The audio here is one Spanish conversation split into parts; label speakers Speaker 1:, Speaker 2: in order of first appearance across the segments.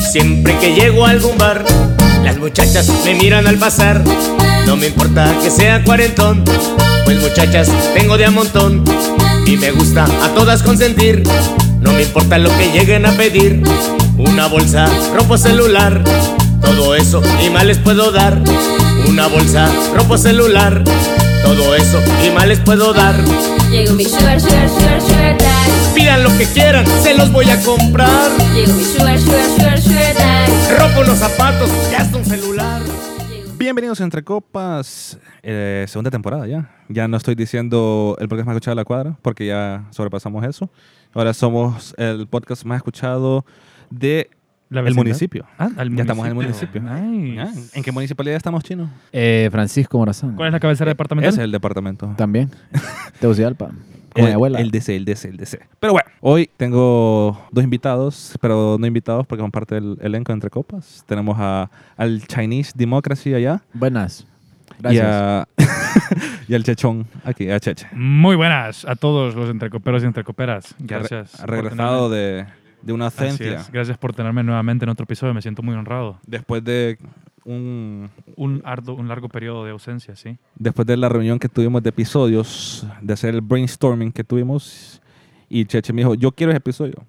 Speaker 1: Siempre que llego a algún bar, las muchachas me miran al pasar. No me importa que sea cuarentón, pues muchachas tengo de a montón. Y me gusta a todas consentir, no me importa lo que lleguen a pedir. Una bolsa, ropa celular, todo eso y más les puedo dar. Una bolsa, ropa celular, todo eso y más les puedo dar.
Speaker 2: Llegó mi sugar, sugar, sugar, sugar daddy.
Speaker 1: Pidan lo que quieran, se los voy a comprar.
Speaker 2: Llegó mi sugar, sugar, sugar, sugar daddy.
Speaker 1: Ropa unos zapatos, ya un celular.
Speaker 3: Bienvenidos a Entre Copas, eh, segunda temporada ya. Ya no estoy diciendo el podcast más escuchado de la cuadra, porque ya sobrepasamos eso. Ahora somos el podcast más escuchado de
Speaker 4: La
Speaker 3: el
Speaker 4: vecindad.
Speaker 3: municipio.
Speaker 4: Ah, al
Speaker 3: ya estamos en el
Speaker 4: municipio.
Speaker 3: municipio.
Speaker 4: Nice.
Speaker 3: Ah, ¿En qué municipalidad estamos, Chino?
Speaker 5: Eh, Francisco Morazán.
Speaker 4: ¿Cuál es la cabecera departamental?
Speaker 3: Ese Eh, es el departamento.
Speaker 5: También. Tegucigalpa. Con
Speaker 3: El,
Speaker 5: mi abuela.
Speaker 3: el DC, el DC, el DC. Pero bueno, hoy tengo dos invitados, pero no invitados porque son parte del elenco de Entre Copas. Tenemos a, al Chinese Democracy allá
Speaker 5: Buenas.
Speaker 3: y,
Speaker 5: Gracias.
Speaker 3: a- y al Chechón aquí, a Cheche.
Speaker 4: Muy buenas a todos los entrecoperos y entrecoperas.
Speaker 3: que ha re-
Speaker 4: Gracias.
Speaker 3: Ha
Speaker 4: por
Speaker 3: regresado
Speaker 4: tenerme.
Speaker 3: de, de una
Speaker 4: Así
Speaker 3: ausencia
Speaker 4: es. Gracias por tenerme nuevamente en otro episodio. Me siento muy honrado.
Speaker 3: después de un
Speaker 4: Un, ardo, un largo periodo de ausencia, sí.
Speaker 3: después de la reunión que tuvimos de episodios, de hacer el brainstorming que tuvimos y Cheche me dijo, "Yo quiero ese episodio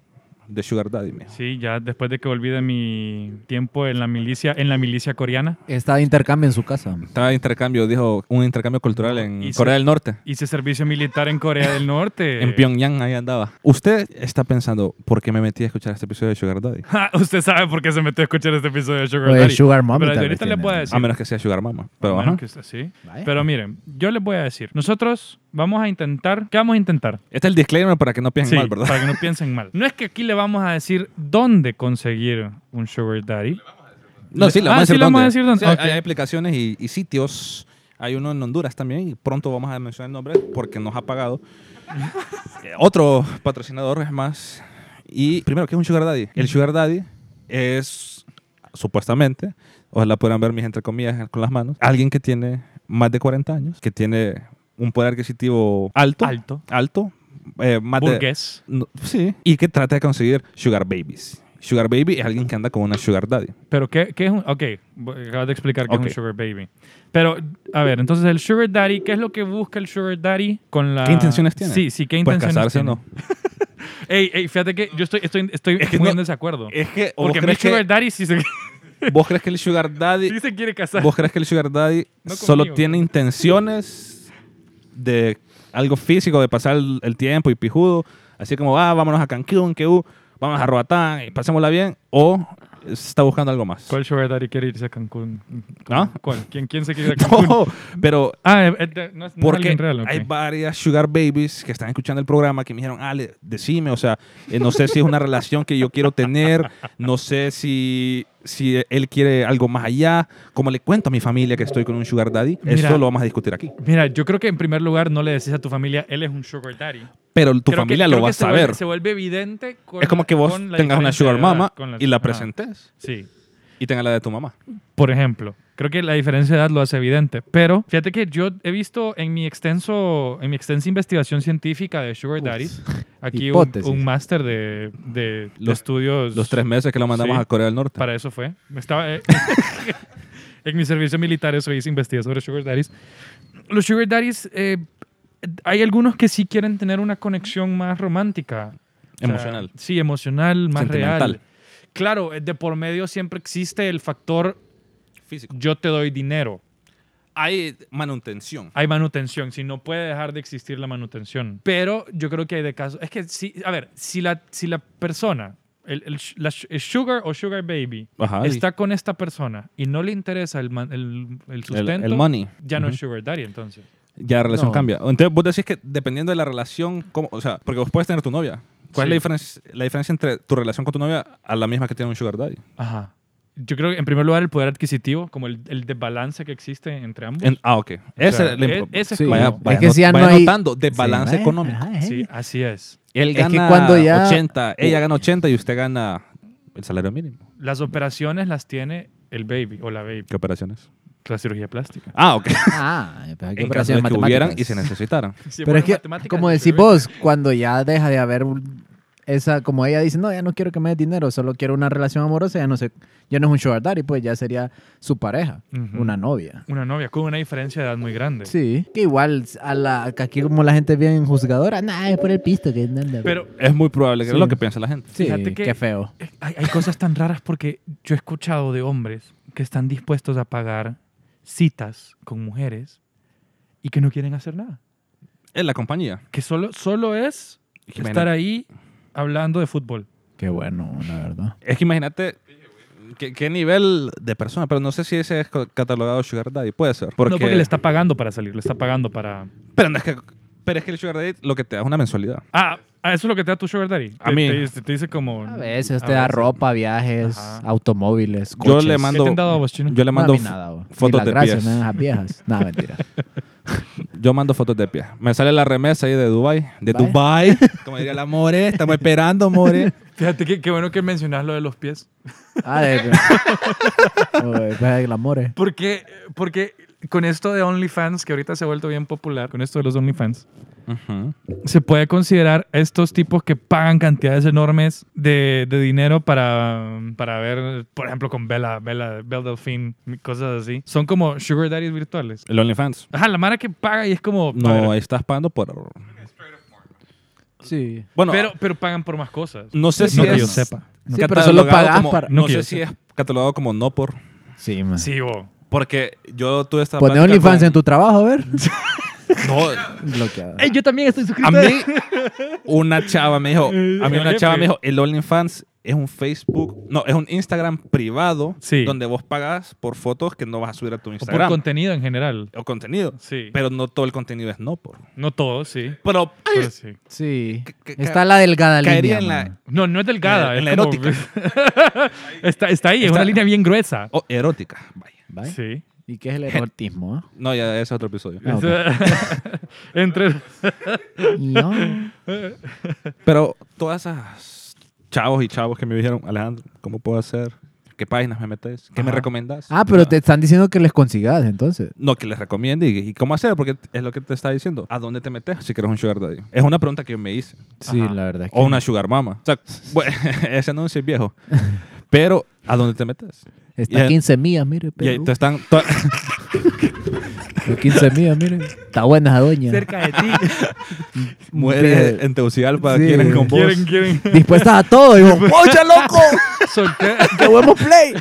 Speaker 3: de Sugar Daddy." Me dijo.
Speaker 4: Sí, ya después de que volví de mi tiempo en la milicia, en la milicia coreana,
Speaker 5: Está de intercambio en su casa.
Speaker 3: Estaba de intercambio, dijo, un intercambio cultural en
Speaker 4: Hizo-
Speaker 3: Corea del Norte.
Speaker 4: hice servicio militar en Corea del Norte.
Speaker 3: En Pyongyang, ahí andaba. Usted está pensando, ¿por qué me metí a escuchar este episodio de Sugar Daddy?
Speaker 4: Ja, Usted sabe por qué se metió a escuchar este episodio de Sugar
Speaker 5: Oye,
Speaker 4: Daddy.
Speaker 5: Sugar Mommy
Speaker 4: Pero
Speaker 5: tal
Speaker 4: ahorita
Speaker 5: vez
Speaker 4: les
Speaker 5: tiene.
Speaker 4: voy a decir.
Speaker 3: A menos que sea Sugar Mama. Pero,
Speaker 4: Menos
Speaker 3: ajá.
Speaker 4: que usted- sí.
Speaker 5: Vaya.
Speaker 4: Pero miren, yo les voy a decir. Nosotros vamos a intentar. ¿Qué vamos a intentar?
Speaker 3: Este es el disclaimer para que no piensen
Speaker 4: Sí,
Speaker 3: mal, ¿verdad?
Speaker 4: Para que no piensen mal. No es que aquí le vamos a decir dónde conseguir un Sugar Daddy.
Speaker 3: No, sí, le
Speaker 4: Ah,
Speaker 3: vamos,
Speaker 4: sí,
Speaker 3: a, decir
Speaker 4: le vamos
Speaker 3: dónde.
Speaker 4: a decir dónde.
Speaker 3: Sí, hay-
Speaker 4: Ok.
Speaker 3: Hay aplicaciones y, y sitios. Hay uno en Honduras también y pronto vamos a mencionar el nombre porque nos ha pagado. Eh, Otro patrocinador es más. Y primero, ¿qué es un Sugar Daddy? El Sugar Daddy es, supuestamente, ojalá puedan ver mis entre comillas con las manos, alguien que tiene más de 40 años, que tiene un poder adquisitivo alto.
Speaker 4: Alto.
Speaker 3: Alto. eh, más de-
Speaker 4: Burgués.
Speaker 3: no, sí. Y que trata de conseguir Sugar Babies. Sugar Baby es alguien que anda con una Sugar Daddy.
Speaker 4: Pero ¿qué, qué es un... Ok, bu- acabas de explicar qué
Speaker 3: Ok.
Speaker 4: es un Sugar Baby. Pero, a ver, entonces el Sugar Daddy, ¿qué es lo que busca el Sugar Daddy con la...
Speaker 3: ¿Qué intenciones tiene?
Speaker 4: Ah, Sí, sí, ¿qué
Speaker 3: Pues
Speaker 4: intenciones
Speaker 3: casarse o
Speaker 4: tiene?
Speaker 3: no.
Speaker 4: Ey, ey, fíjate que yo estoy, estoy, estoy
Speaker 3: Es que
Speaker 4: muy
Speaker 3: no-
Speaker 4: en desacuerdo.
Speaker 3: Es que, ¿o
Speaker 4: Porque
Speaker 3: vos,
Speaker 4: mi
Speaker 3: crees
Speaker 4: Sugar
Speaker 3: que
Speaker 4: Daddy sí se,
Speaker 3: vos crees que el Sugar Daddy,
Speaker 4: sí se quiere casar.
Speaker 3: vos crees que el Sugar Daddy
Speaker 4: No
Speaker 3: solo
Speaker 4: conmigo.
Speaker 3: tiene intenciones de algo físico, de pasar el, el tiempo y pijudo, así como, ah, vámonos a Cancún, que uh, vamos a Roatán y pasémosla bien, o está buscando algo más.
Speaker 4: ¿Cuál Sugar Daddy quiere irse a Cancún?
Speaker 3: ¿Ah?
Speaker 4: ¿Cuál? ¿Quién, quién se quiere ir a Cancún?
Speaker 3: No, pero
Speaker 4: Ah, eh, eh, no es, no es
Speaker 3: porque
Speaker 4: alguien real, ok.
Speaker 3: hay varias Sugar Babies que están escuchando el programa que me dijeron, Ale, decime, o sea, eh, no sé si es una relación que yo quiero tener, no sé si, si él quiere algo más allá, como le cuento a mi familia que estoy con un Sugar Daddy,
Speaker 4: Mira.
Speaker 3: eso lo vamos a discutir aquí.
Speaker 4: Mira, yo creo que en primer lugar no le decís a tu familia, él es un sugar daddy.
Speaker 3: Pero tu
Speaker 4: Creo que-
Speaker 3: familia
Speaker 4: creo
Speaker 3: lo
Speaker 4: que
Speaker 3: va a
Speaker 4: se vuelve-
Speaker 3: saber.
Speaker 4: se vuelve evidente con-
Speaker 3: es como que vos
Speaker 4: con la
Speaker 3: tengas una
Speaker 4: diferencia de
Speaker 3: Sugar
Speaker 4: edad,
Speaker 3: Mama
Speaker 4: con
Speaker 3: y la
Speaker 4: ajá.
Speaker 3: presentes
Speaker 4: Sí.
Speaker 3: y tengas la de tu mamá.
Speaker 4: Por ejemplo, creo que la diferencia de edad lo hace evidente. Pero fíjate que yo he visto en mi extenso, en mi extensa investigación científica de sugar daddies, aquí un-
Speaker 5: Hipótesis.
Speaker 4: un máster de, de- de
Speaker 3: Los-
Speaker 4: estudios.
Speaker 3: Los tres meses que lo mandamos
Speaker 4: Sí.
Speaker 3: a Corea del Norte.
Speaker 4: Para eso fue. Estaba, eh, en mi servicio militar eso hice, investigué sobre sugar daddies. Los sugar daddies, eh, hay algunos que sí quieren tener una conexión más romántica. O sea,
Speaker 3: Emocional.
Speaker 4: sí, emocional, más
Speaker 3: Sentimental.
Speaker 4: real. Claro, eh, de por medio siempre existe el factor
Speaker 3: Físico.
Speaker 4: yo te doy dinero.
Speaker 3: Hay manutención.
Speaker 4: Hay manutención, si no puede dejar de existir la manutención. Pero yo creo que hay de casos, es que si, a ver, si la, si la persona, el, el sh- la sh- el sugar o sugar baby,
Speaker 3: Ajá. y-
Speaker 4: está con esta persona y no le interesa el, man- el, el
Speaker 3: el,
Speaker 4: sustento,
Speaker 3: el money.
Speaker 4: ya no es
Speaker 3: Ujú.
Speaker 4: sugar daddy entonces.
Speaker 3: Ya la relación
Speaker 5: No.
Speaker 3: cambia. Entonces vos decís que dependiendo de la relación, ¿cómo? o sea, porque vos puedes tener tu novia. ¿Cuál es la
Speaker 4: Sí.
Speaker 3: diferencia, la diferencia entre tu relación con tu novia a la misma que tiene un sugar daddy?
Speaker 4: Ajá. Yo creo que en primer lugar el poder adquisitivo, como el, el desbalance que existe entre ambos.
Speaker 3: En- ah, ok. Ese,
Speaker 4: sea,
Speaker 3: es la
Speaker 4: e-
Speaker 3: impo-
Speaker 4: ese es
Speaker 5: Sí.
Speaker 4: como-
Speaker 3: Vaya,
Speaker 5: Es
Speaker 3: vaya
Speaker 5: que
Speaker 3: not-
Speaker 5: si ya no
Speaker 3: vaya
Speaker 5: hay-
Speaker 3: notando desbalance
Speaker 5: Sí, vaya,
Speaker 3: económico.
Speaker 5: ajá, eh.
Speaker 4: Sí, así es.
Speaker 3: Él
Speaker 5: Es que
Speaker 3: gana
Speaker 5: cuando ya-
Speaker 3: 80, ella
Speaker 5: eh.
Speaker 3: gana 80 y usted gana el salario mínimo.
Speaker 4: Las operaciones las tiene el baby o la baby,
Speaker 3: ¿Qué operaciones?
Speaker 4: la cirugía plástica.
Speaker 3: Ah, ok.
Speaker 5: Ah, pero hay que
Speaker 3: En caso
Speaker 5: operaciones
Speaker 3: de que hubieran
Speaker 5: matemáticas.
Speaker 3: y se necesitaran.
Speaker 5: Pero es que, como decís vos, cuando ya deja de haber un- esa, como ella dice, no, ya no quiero que me dé dinero, solo quiero una relación amorosa, ya no sé, ya no es un sugar daddy, pues ya sería su pareja,
Speaker 4: Ujú.
Speaker 5: una novia.
Speaker 4: Una novia con una diferencia de edad muy grande.
Speaker 5: Sí, que igual a la, que aquí como la gente es bien juzgadora, nada, es por el pisto que anda.
Speaker 4: Pero
Speaker 3: Es muy probable que
Speaker 5: Sí.
Speaker 3: es lo que piensa la gente.
Speaker 5: sí,
Speaker 4: fíjate que-
Speaker 5: qué feo.
Speaker 4: eh, hay, hay cosas tan raras porque yo he escuchado de hombres que están dispuestos a pagar citas con mujeres y que no quieren hacer nada.
Speaker 3: Es la compañía.
Speaker 4: Que solo, solo es
Speaker 3: Y que
Speaker 4: estar
Speaker 3: imagina-
Speaker 4: ahí hablando de fútbol.
Speaker 5: Qué bueno, la verdad.
Speaker 3: Es que imagínate qué, qué nivel de persona, pero no sé si ese es co- catalogado sugar daddy. Puede ser. Porque,
Speaker 4: No porque le está pagando para salir, le está pagando para...
Speaker 3: pero, no es que, pero es que el sugar daddy lo que te da es una mensualidad.
Speaker 4: Ah, ah, eso es lo que te da tu sugar daddy.
Speaker 3: A
Speaker 4: Te-
Speaker 3: mí.
Speaker 4: Te, dice- te dice como...
Speaker 5: A veces
Speaker 4: a
Speaker 5: te da
Speaker 4: veces.
Speaker 5: ropa, viajes,
Speaker 4: Ajá.
Speaker 5: automóviles,
Speaker 3: Yo
Speaker 5: coches.
Speaker 3: le
Speaker 4: ¿Qué
Speaker 3: mando,
Speaker 4: te han dado a vos, Chino?
Speaker 3: yo le
Speaker 5: No, a
Speaker 3: mando
Speaker 5: mí
Speaker 3: f-
Speaker 5: nada, bo. Ni
Speaker 3: fotos
Speaker 5: las
Speaker 3: de
Speaker 5: gracias,
Speaker 3: pies.
Speaker 5: nada, las viejas. Nada, mentira.
Speaker 3: Yo mando fotos de pies. Me sale la remesa ahí de Dubai, de
Speaker 5: Vaya.
Speaker 3: Dubai, como diría la More, estamos esperando More.
Speaker 4: Fíjate que qué bueno que mencionas lo de los pies.
Speaker 5: Ah, de... Oye, pues, el amor, eh.
Speaker 4: Porque, porque con esto de OnlyFans, que ahorita se ha vuelto bien popular, con esto de los OnlyFans,
Speaker 3: Ujú.
Speaker 4: se puede considerar a estos tipos que pagan cantidades enormes de, de dinero para, para ver, por ejemplo, con Bella, Bella, Belle Delphine, cosas así. Son como sugar daddies virtuales.
Speaker 3: El OnlyFans.
Speaker 4: Ajá, la mara que paga y es como... a
Speaker 3: No,
Speaker 4: ver,
Speaker 3: ahí estás pagando por...
Speaker 5: Sí.
Speaker 3: Bueno,
Speaker 4: pero, pero pagan por más cosas.
Speaker 3: no sé si
Speaker 4: no
Speaker 3: es...
Speaker 4: que yo sepa.
Speaker 5: Sí,
Speaker 3: catalogado
Speaker 5: pero solo pagás
Speaker 3: como-
Speaker 5: para-
Speaker 4: No
Speaker 3: No
Speaker 4: que yo
Speaker 3: sé si es catalogado como no por...
Speaker 5: Sí, man.
Speaker 4: Sí, bo.
Speaker 3: Porque yo tuve esta
Speaker 5: Pone
Speaker 3: plática
Speaker 5: OnlyFans
Speaker 3: con-
Speaker 5: en tu trabajo, a ver.
Speaker 3: No,
Speaker 5: Bloqueado.
Speaker 4: Ey, yo también estoy suscrito.
Speaker 3: a mí una chava me dijo... A mí
Speaker 4: El
Speaker 3: una
Speaker 4: jefe.
Speaker 3: chava me dijo, el OnlyFans es un Facebook... No, es un Instagram privado
Speaker 4: Sí.
Speaker 3: donde vos pagas por fotos que no vas a subir a tu
Speaker 4: O por
Speaker 3: Instagram. O,
Speaker 4: contenido en general.
Speaker 3: contenido.
Speaker 4: Sí.
Speaker 3: Pero no todo el contenido es no por.
Speaker 4: no todo, sí.
Speaker 3: Pero...
Speaker 4: Pero sí.
Speaker 5: Sí.
Speaker 3: ca- ca-
Speaker 5: Está la delgada
Speaker 3: Caería
Speaker 5: línea.
Speaker 3: en la-
Speaker 5: man.
Speaker 4: No, no es delgada.
Speaker 3: En la-
Speaker 4: es
Speaker 3: en la
Speaker 4: como- está, está ahí, es
Speaker 3: Está-
Speaker 4: una línea bien gruesa.
Speaker 3: Oh, erótica. Vaya.
Speaker 5: ¿Vale?
Speaker 4: Sí.
Speaker 5: ¿Y qué es el erotismo? ah?
Speaker 3: No, ya ese es otro episodio.
Speaker 5: Ah, ok.
Speaker 4: Entre.
Speaker 5: No.
Speaker 3: Pero todas esas chavos y chavos que me dijeron, Alejandro, ¿cómo puedo hacer? ¿Qué páginas me metes? ¿Qué me
Speaker 4: Ajá.
Speaker 3: recomendás?
Speaker 5: Ah, pero te están diciendo que les consigas, entonces.
Speaker 3: No, que les recomiende y, y cómo hacer, porque es lo que te está diciendo. ¿A dónde te metes si quieres un sugar daddy? Es una pregunta que yo me hice.
Speaker 5: Sí,
Speaker 4: Ajá.
Speaker 5: la verdad. es que-
Speaker 3: O una sugar mama. O sea, bueno, ese anuncio es viejo. Pero, ¿a dónde te metes?
Speaker 5: Está
Speaker 3: y-
Speaker 5: 15 millas, mire.
Speaker 3: Y ahí
Speaker 5: Perú.
Speaker 3: te están... to-
Speaker 5: Está 15 millas, mire. Está buena esa doña.
Speaker 4: de ti.
Speaker 3: Mujeres
Speaker 5: Pero-
Speaker 3: en Tegucigalpa
Speaker 5: Sí.
Speaker 3: quieren con vos.
Speaker 4: Quieren, quieren.
Speaker 5: Dispuesta a todo. Dijo, ¡Pocha, loco!
Speaker 4: Soltera.
Speaker 5: ¡Que huevos play!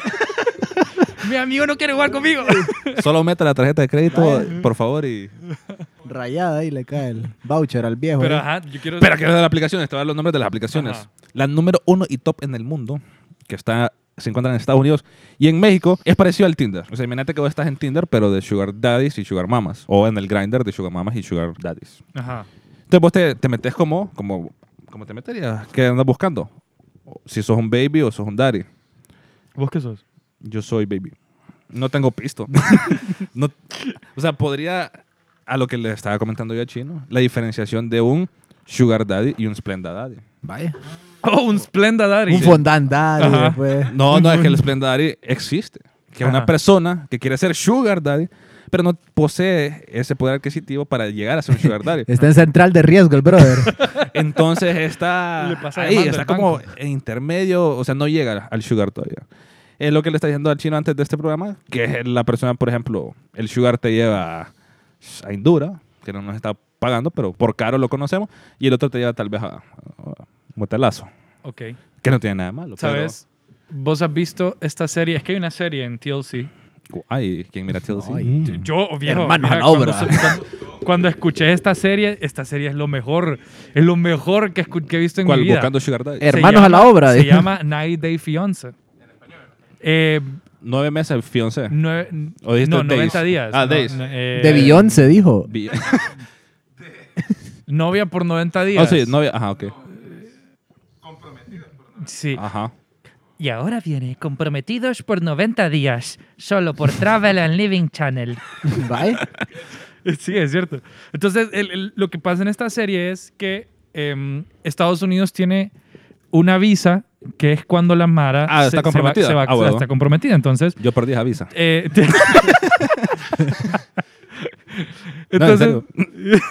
Speaker 4: Mi amigo no quiere jugar conmigo.
Speaker 3: Solo mete la tarjeta de crédito, por favor, y...
Speaker 5: Rayada y le cae el voucher al viejo.
Speaker 4: Pero
Speaker 5: ¿eh?
Speaker 4: ajá, yo quiero.
Speaker 3: Pero que de las aplicaciones, te voy a dar los nombres de las aplicaciones.
Speaker 4: Ajá.
Speaker 3: La número uno y top en el mundo, que está, se encuentra en Estados Unidos y en México, es parecido al Tinder. O sea, imagínate que vos estás en Tinder, pero de Sugar Daddies y Sugar Mamas. O en el Grinder de Sugar Mamas y Sugar Daddies.
Speaker 4: Ajá.
Speaker 3: Entonces vos te, te metes como, como, como te meterías, que andas buscando. O Si sos un baby o sos un daddy.
Speaker 4: ¿Vos qué sos?
Speaker 3: Yo soy baby. No tengo pisto. No- o sea, podría, a lo que le estaba comentando yo a Chino, la diferenciación de un Sugar Daddy y un Splenda Daddy.
Speaker 5: Vaya.
Speaker 4: Oh, un Splenda Daddy.
Speaker 5: Un fondandado
Speaker 4: Ajá.
Speaker 5: después.
Speaker 3: No, no, es que el Splenda Daddy existe. Que es una
Speaker 4: Ajá.
Speaker 3: persona que quiere ser Sugar Daddy, pero no posee ese poder adquisitivo para llegar a ser un Sugar Daddy.
Speaker 5: Está en central de riesgo el brother.
Speaker 3: Entonces
Speaker 4: Le
Speaker 3: está
Speaker 4: pasa de
Speaker 3: ahí,
Speaker 4: mando
Speaker 3: está
Speaker 4: el
Speaker 3: como
Speaker 4: banco.
Speaker 3: en intermedio, o sea, no llega al Sugar todavía. Es lo que le está diciendo al chino antes de este programa, que es la persona, por ejemplo, el Sugar te lleva a Indura, que no nos está pagando, pero por caro lo conocemos, y el otro te lleva tal vez a, a Motelazo,
Speaker 4: Ok.
Speaker 3: que no tiene nada de malo. pero-
Speaker 4: ¿Sabes? Vos has visto esta serie. Es que hay una serie en TLC.
Speaker 3: Ay, ¿quién mira Chelsea?
Speaker 5: Ay.
Speaker 3: Mm.
Speaker 4: Yo, viejo.
Speaker 5: Hermanos
Speaker 4: mira,
Speaker 5: a la obra.
Speaker 4: Cuando, cuando- cuando escuché esta serie, esta serie es lo mejor. Es lo mejor que, escu- que he visto en
Speaker 3: ¿Cuál?
Speaker 4: mi vida.
Speaker 3: Buscando Sugar Daddy.
Speaker 5: Eh.
Speaker 4: Se
Speaker 5: Hermanos a la
Speaker 4: llama-
Speaker 5: obra,
Speaker 4: Se
Speaker 5: dijo.
Speaker 4: llama Night Day Fiance. Eh,
Speaker 3: Nueve meses, fiancé.
Speaker 4: nueve-
Speaker 3: ¿O dijiste
Speaker 4: no,
Speaker 3: days?
Speaker 4: 90 días.
Speaker 3: Ah,
Speaker 4: No,
Speaker 3: days.
Speaker 4: no, eh,
Speaker 5: De Billón se dijo.
Speaker 3: Vi-
Speaker 4: Novia por 90 días.
Speaker 3: oh, sí, novia. Ajá, ok.
Speaker 4: Sí.
Speaker 3: Ajá.
Speaker 4: Y ahora viene Comprometidos por 90 días, solo por Travel and Living Channel.
Speaker 5: Vaya.
Speaker 4: Sí, es cierto. Entonces, el- el- lo que pasa en esta serie es que em, Estados Unidos tiene una visa que es cuando la Mara
Speaker 3: Ah, está comprometida.
Speaker 4: se va,
Speaker 3: Ah, bueno.
Speaker 4: está comprometida. Entonces,
Speaker 3: Yo perdí esa visa.
Speaker 4: Eh, te-
Speaker 3: No, en
Speaker 4: Entonces,
Speaker 3: serio.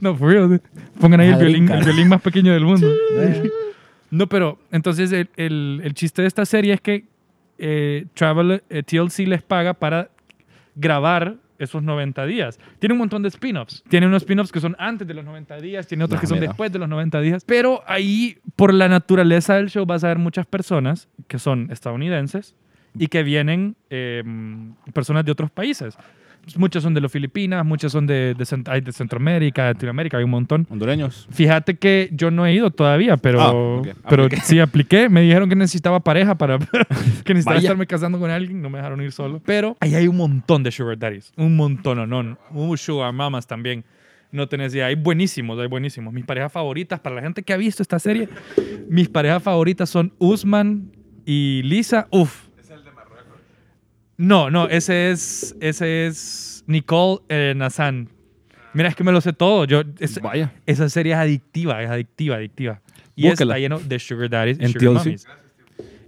Speaker 4: No, for real, dude. Pongan ahí el
Speaker 5: Madrid,
Speaker 4: violín, el
Speaker 5: cara.
Speaker 4: violín más pequeño del mundo.
Speaker 5: Vaya.
Speaker 3: Eh.
Speaker 4: No, pero entonces el, el- el chiste de esta serie es que eh, Travel, eh, TLC les paga para grabar esos 90 días. Tiene un montón de spin-offs. Tiene unos spin-offs que son antes de los 90 días, tiene otros
Speaker 3: Ah,
Speaker 4: que son
Speaker 3: mira.
Speaker 4: después de los 90 días. Pero ahí, por la naturaleza del show, vas a ver muchas personas que son estadounidenses y que vienen eh, personas de otros países. Muchas son de las Filipinas, muchas son de, de, Cent- hay de Centroamérica, Latinoamérica, hay un montón.
Speaker 3: Hondureños.
Speaker 4: Fíjate que yo no he ido todavía, pero,
Speaker 3: Ah, ok.
Speaker 4: pero
Speaker 3: Apliqué.
Speaker 4: sí apliqué. Me dijeron que necesitaba pareja para que necesitaba
Speaker 3: Vaya.
Speaker 4: estarme casando con alguien. No me dejaron ir solo. Pero ahí hay un montón de sugar daddies. Un montón, no. Un sugar mamas también. No tenés idea. Hay buenísimos, hay buenísimos. Mis parejas favoritas, para la gente que ha visto esta serie, mis parejas favoritas son Usman y Lisa. Uf. ¿Es el de Marruecos? No, no. Ese es, ese es Nicole eh, Nazan. Mira, es que me lo sé todo. Yo, es-
Speaker 3: Vaya.
Speaker 4: esa serie es adictiva, es adictiva, adictiva. Y
Speaker 3: Búsquela.
Speaker 4: está lleno de sugar daddies y
Speaker 3: En
Speaker 4: sugar
Speaker 3: TLC.
Speaker 4: mommies.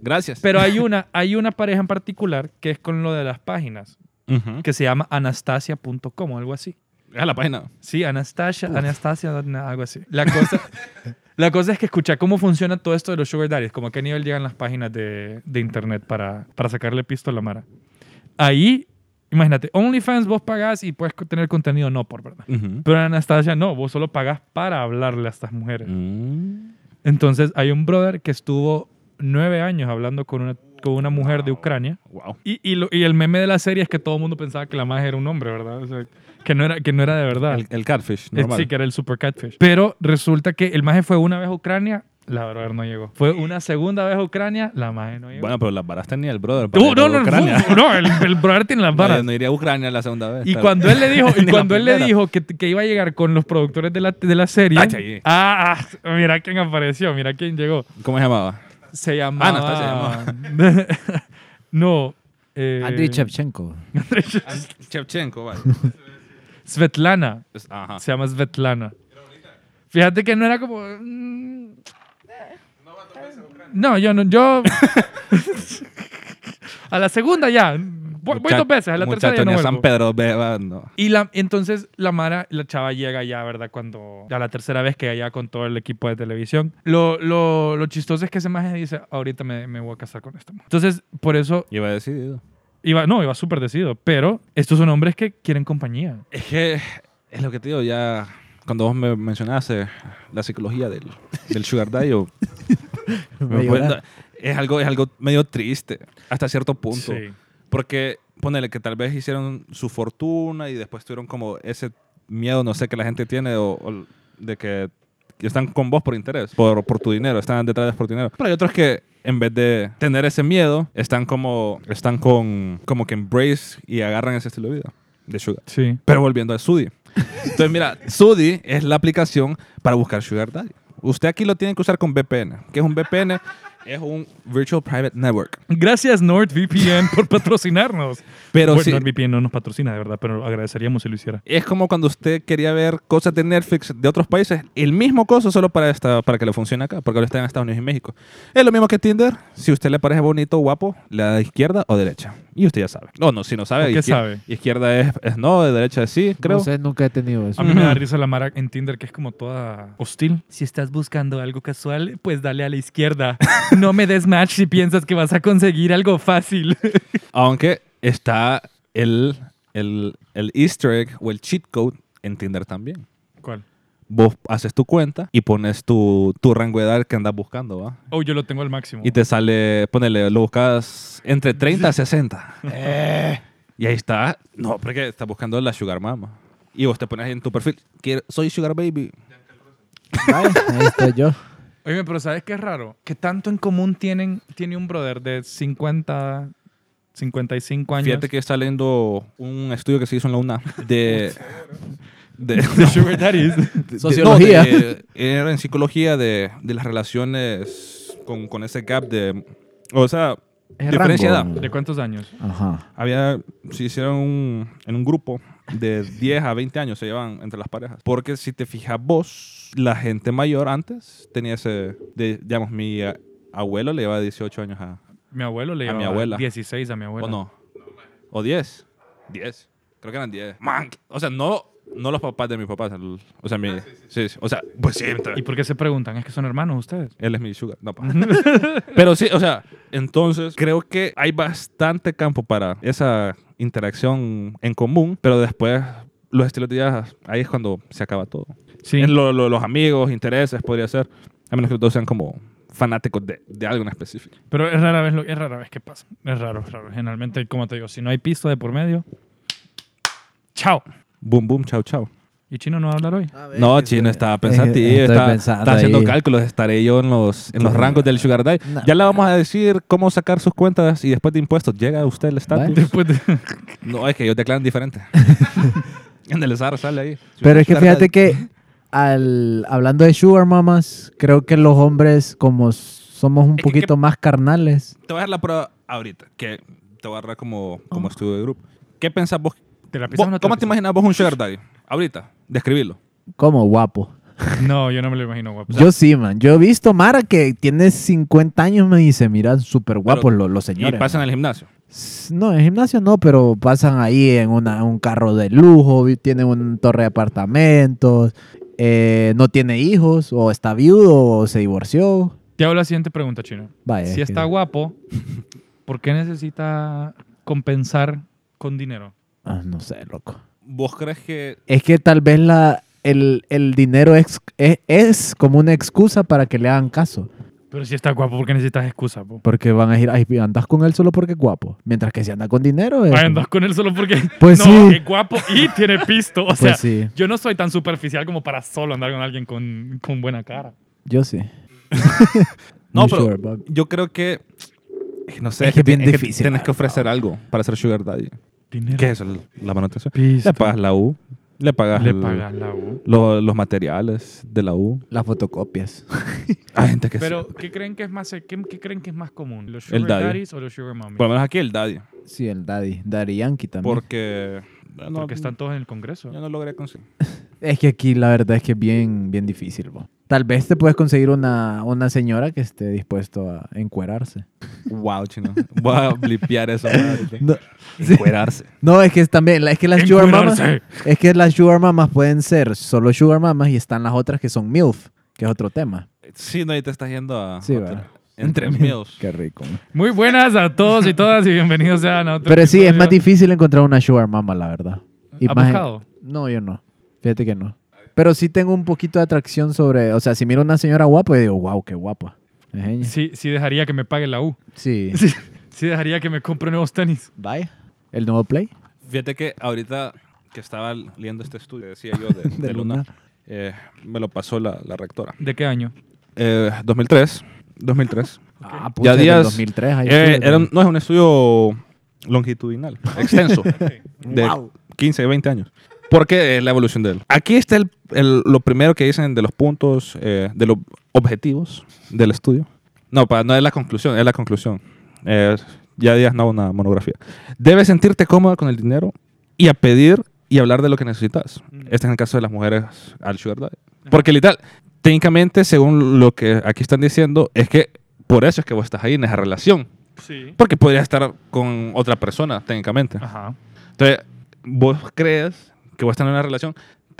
Speaker 3: Gracias.
Speaker 4: Pero hay una, hay una pareja en particular que es con lo de las páginas,
Speaker 3: Ujú.
Speaker 4: que se llama anastasia.com o algo así.
Speaker 3: Ah, la página.
Speaker 4: Sí, Anastasia, Anastasia, na- algo así. La cosa, la cosa es que escucha cómo funciona todo esto de los sugar daddies, como a qué nivel llegan las páginas de, de internet para, para sacarle pisto a la mara. Ahí, imagínate, OnlyFans vos pagás y puedes tener contenido no por verdad.
Speaker 3: Ujú.
Speaker 4: Pero en Anastasia no, vos solo pagás para hablarle a estas mujeres.
Speaker 3: Mm.
Speaker 4: Entonces hay un brother que estuvo nueve años hablando con una, con una mujer de Ucrania.
Speaker 3: Wow.
Speaker 4: Y, y lo- y el meme de la serie es que todo el mundo pensaba que la magia era un hombre, ¿verdad? O sea, que, no era, que no era de verdad.
Speaker 3: El, el catfish,
Speaker 4: Eh,
Speaker 3: normal.
Speaker 4: Sí, que era el super catfish. Pero resulta que el maje fue una vez a Ucrania, la brother no llegó. Fue una segunda vez a Ucrania, la magia no llegó.
Speaker 3: Bueno, pero las varas tenía el brother. para
Speaker 4: Uh,
Speaker 3: ir a
Speaker 4: no, no, no,
Speaker 3: Ucrania.
Speaker 4: no, no, el, el brother tiene las varas.
Speaker 3: No, no iría a Ucrania la segunda vez.
Speaker 4: Y
Speaker 3: pero-
Speaker 4: cuando él le dijo, y
Speaker 3: Ni la
Speaker 4: cuando él le
Speaker 3: primera.
Speaker 4: dijo que, que iba a llegar con los productores de la, de la serie.
Speaker 3: Ah, sí.
Speaker 4: Ah, ah, mira quién apareció, mira quién llegó.
Speaker 3: ¿Cómo se llamaba? Ah,
Speaker 4: Se llamaba.
Speaker 3: Anastasia
Speaker 4: no. eh,
Speaker 5: Andriy Shevchenko.
Speaker 3: Chevchenko, vaya.
Speaker 4: Svetlana.
Speaker 3: Es- Ajá.
Speaker 4: Se llama Svetlana. Fíjate que no era como. mm, No, yo no, yo. a la segunda ya. Voy, voy
Speaker 3: Mucha-
Speaker 4: dos veces, a la tercera ya
Speaker 3: Muchacho,
Speaker 4: no
Speaker 3: ni a
Speaker 4: vuelvo.
Speaker 3: San Pedro, ve- va, no.
Speaker 4: Y la, entonces la Mara, la chava llega ya, ¿verdad? Cuando, ya la tercera vez que allá con todo el equipo de televisión. Lo, lo, lo chistoso es que ese maje dice, ahorita me, me voy a casar con esta mujer. Entonces, por eso
Speaker 3: Iba decidido.
Speaker 4: iba, no, iba súper decidido. Pero estos son hombres que quieren compañía.
Speaker 3: Es que es lo que te digo, ya cuando vos me mencionaste la psicología del, del Sugar Daddy, yo-
Speaker 5: Voy a
Speaker 3: me fue-
Speaker 5: llorar.
Speaker 3: es, algo, es algo medio triste hasta cierto punto.
Speaker 4: Sí.
Speaker 3: Porque ponele que tal vez hicieron su fortuna y después tuvieron como ese miedo, no sé, que la gente tiene o, o de que están con vos por interés, por, por tu dinero, están detrás de vos por tu dinero. Pero hay otros que en vez de tener ese miedo, están como, están con, como que embrace y agarran ese estilo de vida de Sugar.
Speaker 4: Sí.
Speaker 3: Pero volviendo a Sudi. Entonces, mira, Sudi es la aplicación para buscar Sugar Daddy. Usted aquí lo tiene que usar con VPN. ¿Qué es un VPN? Es un Virtual Private Network.
Speaker 4: Gracias NordVPN por patrocinarnos.
Speaker 3: Pero
Speaker 4: Bueno,
Speaker 3: sí,
Speaker 4: NordVPN no nos patrocina, de verdad, pero agradeceríamos si lo hiciera.
Speaker 3: es como cuando usted quería ver cosas de Netflix de otros países, el mismo coso solo para, esta, para que le funcione acá, porque ahora está en Estados Unidos y México. Es lo mismo que Tinder. Si usted le parece bonito, guapo, le da izquierda o derecha. Y usted ya sabe. No, no, si no sabe.
Speaker 4: ¿O qué
Speaker 3: izquier-
Speaker 4: sabe?
Speaker 3: Izquierda es, es no, de derecha es sí, creo.
Speaker 5: No sé, nunca he tenido eso.
Speaker 4: A mí me da risa la Mara en Tinder que es como toda hostil. Si estás buscando algo casual, pues dale a la izquierda. No me des match si piensas que vas a conseguir algo fácil.
Speaker 3: Aunque está el, el, el easter egg o el cheat code en Tinder también.
Speaker 4: ¿Cuál?
Speaker 3: Vos haces tu cuenta y pones tu, tu rango de edad que andas buscando, ¿va?
Speaker 4: Oh, yo lo tengo al máximo.
Speaker 3: Y te sale, ponele, lo buscas entre 30 a 60. Eh, Y ahí está. No, porque estás buscando la sugar mama. Y vos te pones ahí en tu perfil, quiero- soy sugar baby.
Speaker 5: Vaya, ahí estoy yo.
Speaker 4: Oye, pero ¿sabes qué es raro? Que tanto en común tienen, tiene un brother de 50, 55 años.
Speaker 3: Fíjate que está leyendo un estudio que se hizo en la UNA de... de-
Speaker 4: De Sugar Daddies.
Speaker 3: de-
Speaker 5: Sociología.
Speaker 3: no, de- eh, era en psicología de, de las relaciones con, con ese gap de... O sea,
Speaker 5: Es
Speaker 3: diferencia de
Speaker 5: Rambo.
Speaker 3: edad.
Speaker 4: ¿De cuántos años?
Speaker 5: Ajá.
Speaker 3: Había, se hicieron un- en un grupo de 10 a 20 años se llevan entre las parejas. Porque si te fijas vos, la gente mayor antes tenía ese, de- digamos, mi eh, abuelo le llevaba 18 años a...
Speaker 4: Mi abuelo le
Speaker 3: A mi
Speaker 4: llevaba
Speaker 3: abuela.
Speaker 4: 16 a mi abuela.
Speaker 3: ¿O no? ¿O 10? 10. Creo que eran 10. Man, o sea, no... No los papás de mi papá. el- O sea, mi, Ah, sí, sí, O sea, pues sí.
Speaker 4: ¿Y por qué se preguntan? Es que son hermanos ustedes.
Speaker 3: Él es mi sugar. No, pa. Pero sí, o sea, entonces creo que hay bastante campo para esa interacción en común, pero después los estilos de vida, ahí es cuando se acaba todo.
Speaker 4: Sí.
Speaker 3: En lo- lo- los amigos, intereses, podría ser, a menos que todos sean como fanáticos de, de algo en específico.
Speaker 4: Pero es rara vez, lo- es rara vez que pasa. Es raro, es raro. Generalmente, como te digo, si no hay pisto de por medio, chao.
Speaker 3: Boom, boom, chao, chao.
Speaker 4: Y Chino no va a hablar hoy.
Speaker 3: No, Chino, estaba pensativo,
Speaker 5: Eh, estoy
Speaker 3: está,
Speaker 5: pensando
Speaker 3: está haciendo
Speaker 5: ahí.
Speaker 3: cálculos, estaré yo en los, en los rangos del Sugar Daddy.
Speaker 5: No.
Speaker 3: Ya le vamos a decir cómo sacar sus cuentas y después de impuestos, ¿llega usted el estatus?
Speaker 4: Después de-
Speaker 3: No, es que ellos declaran diferente. en el SAR sale ahí.
Speaker 5: Pero es que fíjate que al, hablando de sugar mamas, creo que los hombres como somos un
Speaker 3: que-
Speaker 5: poquito más carnales.
Speaker 3: Te voy a dejar la prueba ahorita, que te voy a agarrar
Speaker 5: Oh.
Speaker 3: como, como estudio de grupo. ¿Qué pensás vos?
Speaker 4: ¿Te la pisas
Speaker 3: vos-
Speaker 4: o no te
Speaker 3: ¿Cómo
Speaker 4: la
Speaker 3: te imaginas vos un sugar daddy? Ahorita, describilo.
Speaker 5: Como guapo.
Speaker 4: pisas? No, yo no me lo imagino, guapo.
Speaker 5: yo sí, man. Yo he visto Mara que tiene 50 años me dice, mira, súper guapos
Speaker 3: Pero-
Speaker 5: los, los
Speaker 3: Y
Speaker 5: señores.
Speaker 3: pasan al gimnasio.
Speaker 5: S- No, en gimnasio no, pero pasan ahí en una- un carro de lujo, vi- tienen una torre de apartamentos, eh, no tiene hijos, o está viudo, o se divorció.
Speaker 4: Te hago la siguiente pregunta, Chino.
Speaker 5: Vaya.
Speaker 4: Si
Speaker 5: Ah, que-
Speaker 4: está guapo, ¿por qué necesita compensar con dinero?
Speaker 5: Ah, no sé, loco.
Speaker 3: ¿Vos crees que
Speaker 5: Es que tal vez la, el, el dinero es, es, es como una excusa para que le hagan caso.
Speaker 4: Pero si está guapo, ¿por qué necesitas excusa? po?
Speaker 5: Porque van a decir, ay, andas con él solo porque es guapo. Mientras que si andas con dinero, es
Speaker 4: Ay,
Speaker 5: como-
Speaker 4: andas con él solo porque
Speaker 5: Eh. Pues
Speaker 4: no,
Speaker 5: sí.
Speaker 4: es guapo y tiene pisto. O
Speaker 5: Pues
Speaker 4: sea,
Speaker 5: sí.
Speaker 4: yo no soy tan superficial como para solo andar con alguien con, con buena cara.
Speaker 5: yo sí.
Speaker 3: No,
Speaker 5: Un
Speaker 3: pero
Speaker 5: sugar bug.
Speaker 3: yo creo que. es que No sé,
Speaker 5: Es que es bien
Speaker 3: ti-
Speaker 5: difícil,
Speaker 3: Tienes que
Speaker 5: la
Speaker 3: ofrecer algo para ser Sugar Daddy.
Speaker 4: Dinero.
Speaker 3: ¿Qué es eso? La manutención.
Speaker 4: Pisto.
Speaker 3: Le pagas la U, le pagas,
Speaker 4: Le
Speaker 3: el-
Speaker 4: pagas la U.
Speaker 3: lo- los materiales de la U.
Speaker 5: Las fotocopias.
Speaker 3: Hay gente que
Speaker 4: Pero, ¿qué creen que es más, eh, qué, qué creen que es más común? ¿Los
Speaker 3: El
Speaker 4: sugar
Speaker 3: daddy.
Speaker 4: daddies o los sugar mommies?
Speaker 3: Por lo menos aquí el daddy.
Speaker 5: Sí, el Daddy. Daddy Yankee también.
Speaker 3: Porque. no,
Speaker 4: Porque están todos en el Congreso.
Speaker 3: Yo no logré conseguir.
Speaker 5: Es que aquí la verdad es que es bien, bien difícil. bo. Tal vez te puedes conseguir una, una señora que esté dispuesto a encuerarse.
Speaker 3: Wow, chino. Voy a blipear eso.
Speaker 5: No,
Speaker 3: Encuerarse.
Speaker 5: no, es que es también, es que las sugar mamas,
Speaker 4: Encuerarse.
Speaker 5: es que las sugar mamas pueden ser solo sugar mamas y están las otras que son milf, que es otro tema.
Speaker 3: Sí, no, ahí te estás yendo a.
Speaker 5: Sí,
Speaker 3: otra-
Speaker 5: va.
Speaker 3: Entre míos.
Speaker 5: Qué rico. man.
Speaker 4: Muy buenas a todos y todas y bienvenidos sean a otro
Speaker 5: Pero sí, es
Speaker 4: episodio.
Speaker 5: más difícil encontrar una sugar mama, la verdad. Y
Speaker 4: ¿Has
Speaker 5: más en-
Speaker 4: buscado?
Speaker 5: No, yo no. Fíjate que no. Pero sí tengo un poquito de atracción sobre, o sea, si miro a una señora guapa, yo digo, wow, qué guapa. Es ella.
Speaker 4: Sí, sí dejaría que me pague la U.
Speaker 5: Sí.
Speaker 4: Sí, sí dejaría que me compre nuevos tenis.
Speaker 5: Bye. ¿El nuevo play?
Speaker 3: Fíjate que ahorita que estaba leyendo este estudio, decía yo, de, de Luna,
Speaker 5: Luna.
Speaker 3: eh, me lo pasó la, la rectora.
Speaker 4: ¿De qué año?
Speaker 3: Eh, 2003. 2003.
Speaker 5: Ah, pucha,
Speaker 3: Ya
Speaker 5: del
Speaker 3: días,
Speaker 5: 2003. ahí
Speaker 3: Eh,
Speaker 5: estuve,
Speaker 3: era un-
Speaker 5: pero-
Speaker 3: no, es un estudio longitudinal, extenso, de 15, 20 años. Porque es la evolución de él. Aquí está el- el- lo primero que dicen de los puntos, eh, de los objetivos del estudio. No, para, no es la conclusión, es la conclusión. Eh, ya días no una monografía. Debes sentirte cómoda con el dinero y a pedir y hablar de lo que necesitas.
Speaker 5: Mm.
Speaker 3: Este es el caso de las mujeres al sugar daddy. Porque literal, técnicamente, según lo que aquí están diciendo, es que por eso es que vos estás ahí en esa relación.
Speaker 4: Sí.
Speaker 3: Porque podrías estar con otra persona, técnicamente.
Speaker 4: Ajá.
Speaker 3: Entonces, vos crees que vos estás en una relación,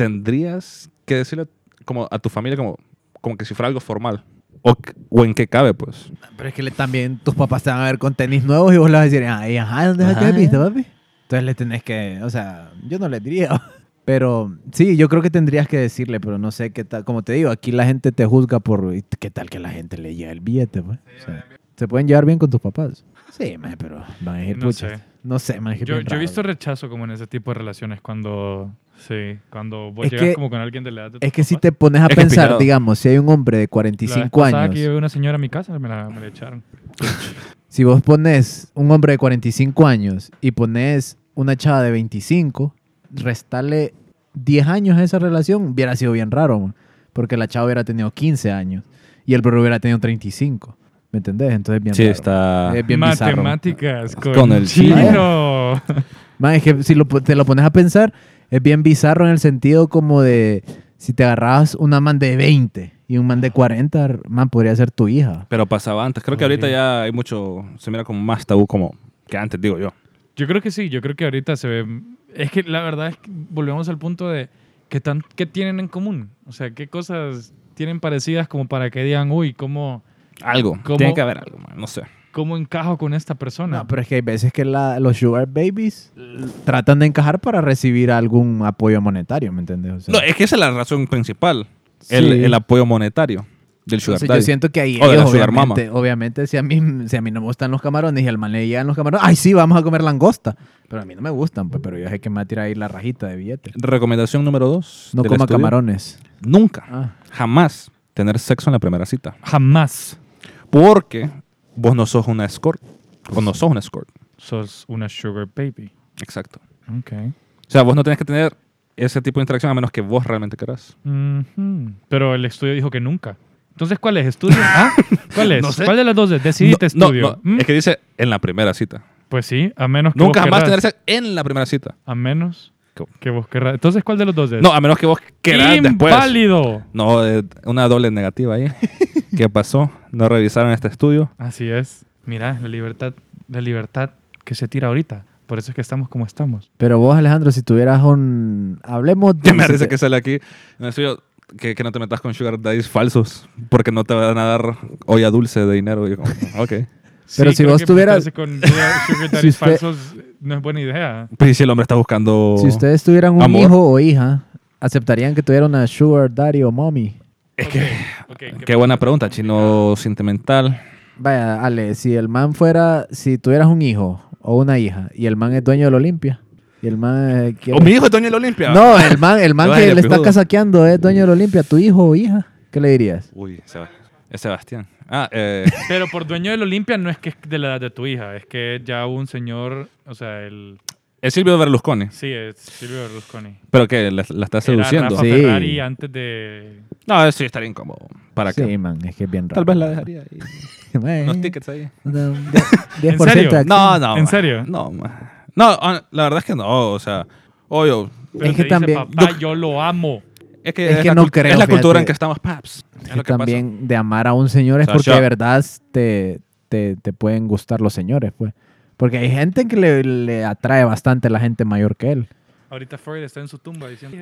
Speaker 3: tendrías que decirle como a tu familia como, como que si fuera algo formal. O, c- o en qué cabe, pues.
Speaker 5: Pero es que le- también tus papás te van a ver con tenis nuevos y vos le vas a decir, ay, ajá, ¿dónde
Speaker 3: Ajá.
Speaker 5: sacaste esto, papi? Entonces le tenés que, o sea, yo no le diría. Pero sí, yo creo que tendrías que decirle, pero no sé qué tal. Como te digo, aquí la gente te juzga por "Y qué tal que la gente le llega el billete, pues. O sea, se pueden llevar bien con tus papás. Sí, maje, pero van a decir,
Speaker 4: No
Speaker 5: pucha,
Speaker 4: sé.
Speaker 5: No sé, maje, que
Speaker 4: Yo,
Speaker 5: bien
Speaker 4: yo he
Speaker 5: raro,
Speaker 4: visto
Speaker 5: ¿no?
Speaker 4: rechazo como en ese tipo de relaciones cuando... Sí, cuando vos
Speaker 5: Es
Speaker 4: llegas
Speaker 5: que-
Speaker 4: como con alguien de la edad de tus
Speaker 5: Es que si
Speaker 4: papás.
Speaker 5: te pones a
Speaker 3: Es que
Speaker 5: pensar,
Speaker 3: pillado.
Speaker 5: digamos, si hay un hombre de
Speaker 4: La vez
Speaker 5: 45
Speaker 4: pasada
Speaker 5: años.
Speaker 4: que llevé una señora a mi casa me la, me la echaron.
Speaker 5: Si vos pones un hombre de 45 años y pones una chava de 25, restarle 10 años a esa relación hubiera sido bien raro, man, porque la chava hubiera tenido 15 años y el bro hubiera tenido 35. ¿Me entendés? Entonces bien raro.
Speaker 3: está...
Speaker 5: Es bien bizarro.
Speaker 4: Matemáticas con,
Speaker 3: Con el
Speaker 4: el chino.
Speaker 5: Man, es que si lo po- te lo pones a pensar, es bien bizarro en el sentido como de si te agarrabas una man de 20 y un man de 40, man, podría ser tu hija.
Speaker 3: Pero pasaba antes. Creo que ahorita ya hay mucho... Se mira como más tabú como que antes, digo yo.
Speaker 4: Yo creo que sí, yo creo que ahorita se ve... Es que la verdad es que volvemos al punto de... ¿qué, tan, ¿qué tienen en común? O sea, ¿qué cosas tienen parecidas como para que digan, uy, ¿cómo,
Speaker 3: Algo.
Speaker 4: ¿Cómo?
Speaker 3: Tiene que haber algo, man, no sé.
Speaker 4: cómo encajo con esta persona?
Speaker 5: No, pero es que hay veces que la- los sugar babies tratan de encajar para recibir algún apoyo monetario, ¿me entiendes? O sea,
Speaker 3: No, es que esa es la razón principal.
Speaker 5: Sí.
Speaker 3: El, el apoyo monetario del sugar
Speaker 5: entonces
Speaker 3: daddy.
Speaker 5: yo siento que ahí
Speaker 3: O de la
Speaker 5: ellos,
Speaker 3: sugar mama.
Speaker 5: obviamente, obviamente si, a mí, si a mí no me gustan los camarones y al man le llegan los camarones, ¡ay, sí, vamos a comer langosta! Pero a mí no me gustan, pues, pero yo sé que me va a tirar ahí la rajita de billete.
Speaker 3: Recomendación número dos.
Speaker 5: No
Speaker 3: del
Speaker 5: coma
Speaker 3: estudio.
Speaker 5: camarones.
Speaker 3: Nunca,
Speaker 5: Ah.
Speaker 3: jamás tener sexo en la primera cita.
Speaker 4: Jamás
Speaker 3: Porque vos no sos una escort. O no sos una escort.
Speaker 4: sos una sugar baby.
Speaker 3: Exacto.
Speaker 4: Ok.
Speaker 3: O sea, vos no tenés que tener ese tipo de interacción a menos que vos realmente querás.
Speaker 4: Ujú. Pero el estudio dijo que nunca. Entonces, ¿cuál es? ¿Estudio? ¿Ah? ¿Cuál es?
Speaker 3: No sé.
Speaker 4: ¿Cuál de las dos es? Decidiste
Speaker 3: No, no,
Speaker 4: estudio.
Speaker 3: no,
Speaker 4: ¿Mm?
Speaker 3: Es que dice en la primera cita.
Speaker 4: Pues sí, a menos que
Speaker 3: Nunca
Speaker 4: vos
Speaker 3: jamás
Speaker 4: querrás.
Speaker 3: tener sexo en la primera cita.
Speaker 4: A menos
Speaker 3: Co-
Speaker 4: que vos querrás. Entonces, ¿cuál de los dos es?
Speaker 3: No, a menos que vos querás después.
Speaker 4: ¡Inválido!
Speaker 3: No, eh, una doble negativa ahí. ¿Qué pasó? No revisaron este estudio.
Speaker 4: Así es. Mira, la libertad, la libertad que se tira ahorita. Por eso es que estamos como estamos.
Speaker 5: Pero vos, Alejandro, si tuvieras un... Hablemos de...
Speaker 3: Ya me parece que sale aquí en el estudio que, que no te metas con sugar daddies falsos porque no te van a dar olla dulce de dinero. Yo como, ok.
Speaker 5: Pero si
Speaker 4: creo
Speaker 5: vos
Speaker 4: que
Speaker 5: tuvieras-
Speaker 4: meterse con sugar daddies
Speaker 5: Si usted-
Speaker 4: falsos no es buena idea.
Speaker 3: Pues y si el hombre está buscando...
Speaker 5: Si ustedes tuvieran un
Speaker 3: Amor.
Speaker 5: hijo o hija, ¿aceptarían que tuvieran una sugar daddy o mommy?
Speaker 3: Es
Speaker 4: Ok,
Speaker 3: que...
Speaker 4: ok,
Speaker 3: Qué buena pregunta, chino sentimental.
Speaker 5: Vaya, Ale, si el man fuera, si tuvieras un hijo o una hija y el man es dueño del Olimpia y el man eh, quiere-
Speaker 3: ¿O mi hijo es dueño del Olimpia?
Speaker 5: No, el man, el man
Speaker 3: Vaya,
Speaker 5: que le está
Speaker 3: pijudo.
Speaker 5: casaqueando es dueño del Olimpia, tu hijo o hija, ¿qué le dirías?
Speaker 3: Uy, Seb- es Sebastián. Ah, eh,
Speaker 4: Pero por dueño del Olimpia no es que es de la edad de tu hija, es que ya un señor, o sea, el
Speaker 3: es Silvio Berlusconi,
Speaker 4: sí, es Silvio Berlusconi.
Speaker 3: pero que la, la está
Speaker 4: Era
Speaker 3: seduciendo.
Speaker 4: Rafa
Speaker 5: Sí.
Speaker 4: Ferrari antes de
Speaker 3: No, sí, estaría incómodo. ¿Para
Speaker 5: sí,
Speaker 3: qué?
Speaker 5: man, es que es bien raro.
Speaker 3: Tal vez la dejaría ahí.
Speaker 5: Bueno,
Speaker 3: Unos tickets ahí.
Speaker 5: un
Speaker 4: ¿En serio?
Speaker 5: 10% de acción.
Speaker 3: No, no.
Speaker 4: ¿En
Speaker 3: ma.
Speaker 4: serio?
Speaker 3: No, ma. No, ah, la verdad es que no. O sea, obvio.
Speaker 4: pero
Speaker 5: Es
Speaker 4: te
Speaker 5: que
Speaker 4: dice,
Speaker 5: también-
Speaker 4: papá, yo, lo amo.
Speaker 3: Es que,
Speaker 5: Es que
Speaker 3: la
Speaker 5: no
Speaker 3: cult-
Speaker 5: creo,
Speaker 3: es la
Speaker 5: fíjate.
Speaker 3: cultura en que estamos, paps.
Speaker 5: Es
Speaker 3: Es
Speaker 5: que
Speaker 3: lo que pasa.
Speaker 5: también de amar a un señor es
Speaker 3: Sasha.
Speaker 5: porque de verdad te, te, te pueden gustar los señores, pues. Porque hay gente que le, le atrae bastante la gente mayor que él.
Speaker 4: Ahorita Freud está en su tumba diciendo,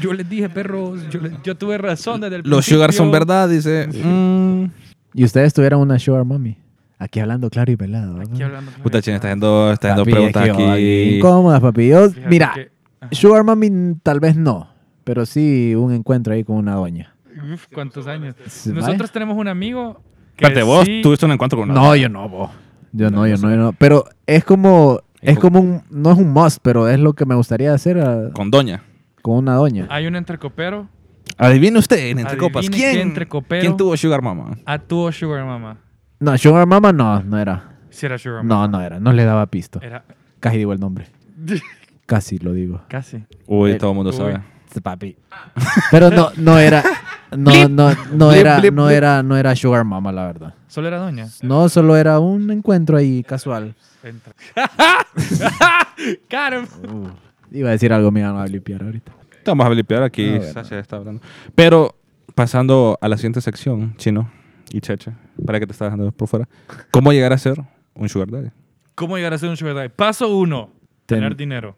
Speaker 4: yo les dije, perros, yo, les- yo tuve razón desde el
Speaker 3: Los
Speaker 4: principio.
Speaker 3: sugar son verdad, dice. Mm.
Speaker 5: Y ustedes tuvieran una sugar mommy. Aquí hablando claro y pelado. ¿verdad?
Speaker 4: Aquí hablando con
Speaker 3: Puta,
Speaker 4: la
Speaker 3: chino, está
Speaker 4: verdad.
Speaker 3: haciendo, está haciendo
Speaker 5: Papi,
Speaker 3: preguntas
Speaker 5: es que yo aquí
Speaker 3: aquí.
Speaker 5: Incómodas, papi. Yo,
Speaker 4: Fíjate
Speaker 5: mira,
Speaker 4: que- Ajá.
Speaker 5: sugar mommy mm, tal vez no. Pero sí un encuentro ahí con una doña.
Speaker 4: Uf, ¿Cuántos años?
Speaker 5: Sí,
Speaker 4: Nosotros tenemos un amigo que
Speaker 3: Espérate, vos
Speaker 4: sí-
Speaker 3: tuviste un encuentro con
Speaker 5: vaya.
Speaker 3: una.
Speaker 5: No, yo no, vos. Yo
Speaker 4: No,
Speaker 5: no, yo
Speaker 4: no
Speaker 5: no, yo no. Pero es como...
Speaker 3: Y
Speaker 5: Es
Speaker 3: con-
Speaker 5: como un... No es un must, pero es lo que me gustaría hacer ah,
Speaker 3: Con Doña.
Speaker 5: con una doña.
Speaker 4: Hay un entrecopero,
Speaker 3: Adivine usted, en entre
Speaker 4: Adivine
Speaker 3: copas.
Speaker 4: qué
Speaker 3: ¿Quién,
Speaker 4: entrecopero.
Speaker 3: ¿Quién tuvo Sugar Mama?
Speaker 4: a tu Ah, oh, sugar mama.
Speaker 5: No, sugar mama no, no era.
Speaker 4: Si era sugar mama. Eh.
Speaker 5: No, no era. No le daba pisto.
Speaker 4: Era
Speaker 5: Casi digo el nombre. Casi lo digo.
Speaker 4: casi.
Speaker 3: Uy,
Speaker 5: El-
Speaker 3: todo el mundo
Speaker 4: Uy.
Speaker 3: sabe.
Speaker 5: Papi. Pero no, no era... No, no, no
Speaker 3: Blip,
Speaker 5: era,
Speaker 3: blip,
Speaker 5: no
Speaker 3: blip.
Speaker 5: era, no era sugar mama, la verdad.
Speaker 4: Solo era doña.
Speaker 5: No, solo era un encuentro ahí casual.
Speaker 4: Entra. Caramba.
Speaker 5: Iba a decir algo, me iban a limpiar ahorita.
Speaker 3: Estamos a blipear aquí,
Speaker 5: A ver,
Speaker 3: Sasha está hablando. Pero pasando a la siguiente sección, Chino y Cheche, para que te estás dejando por fuera. ¿Cómo llegar a ser un sugar daddy?
Speaker 4: ¿Cómo llegar a ser un sugar daddy? Paso uno.
Speaker 5: Ten-
Speaker 4: Tener dinero.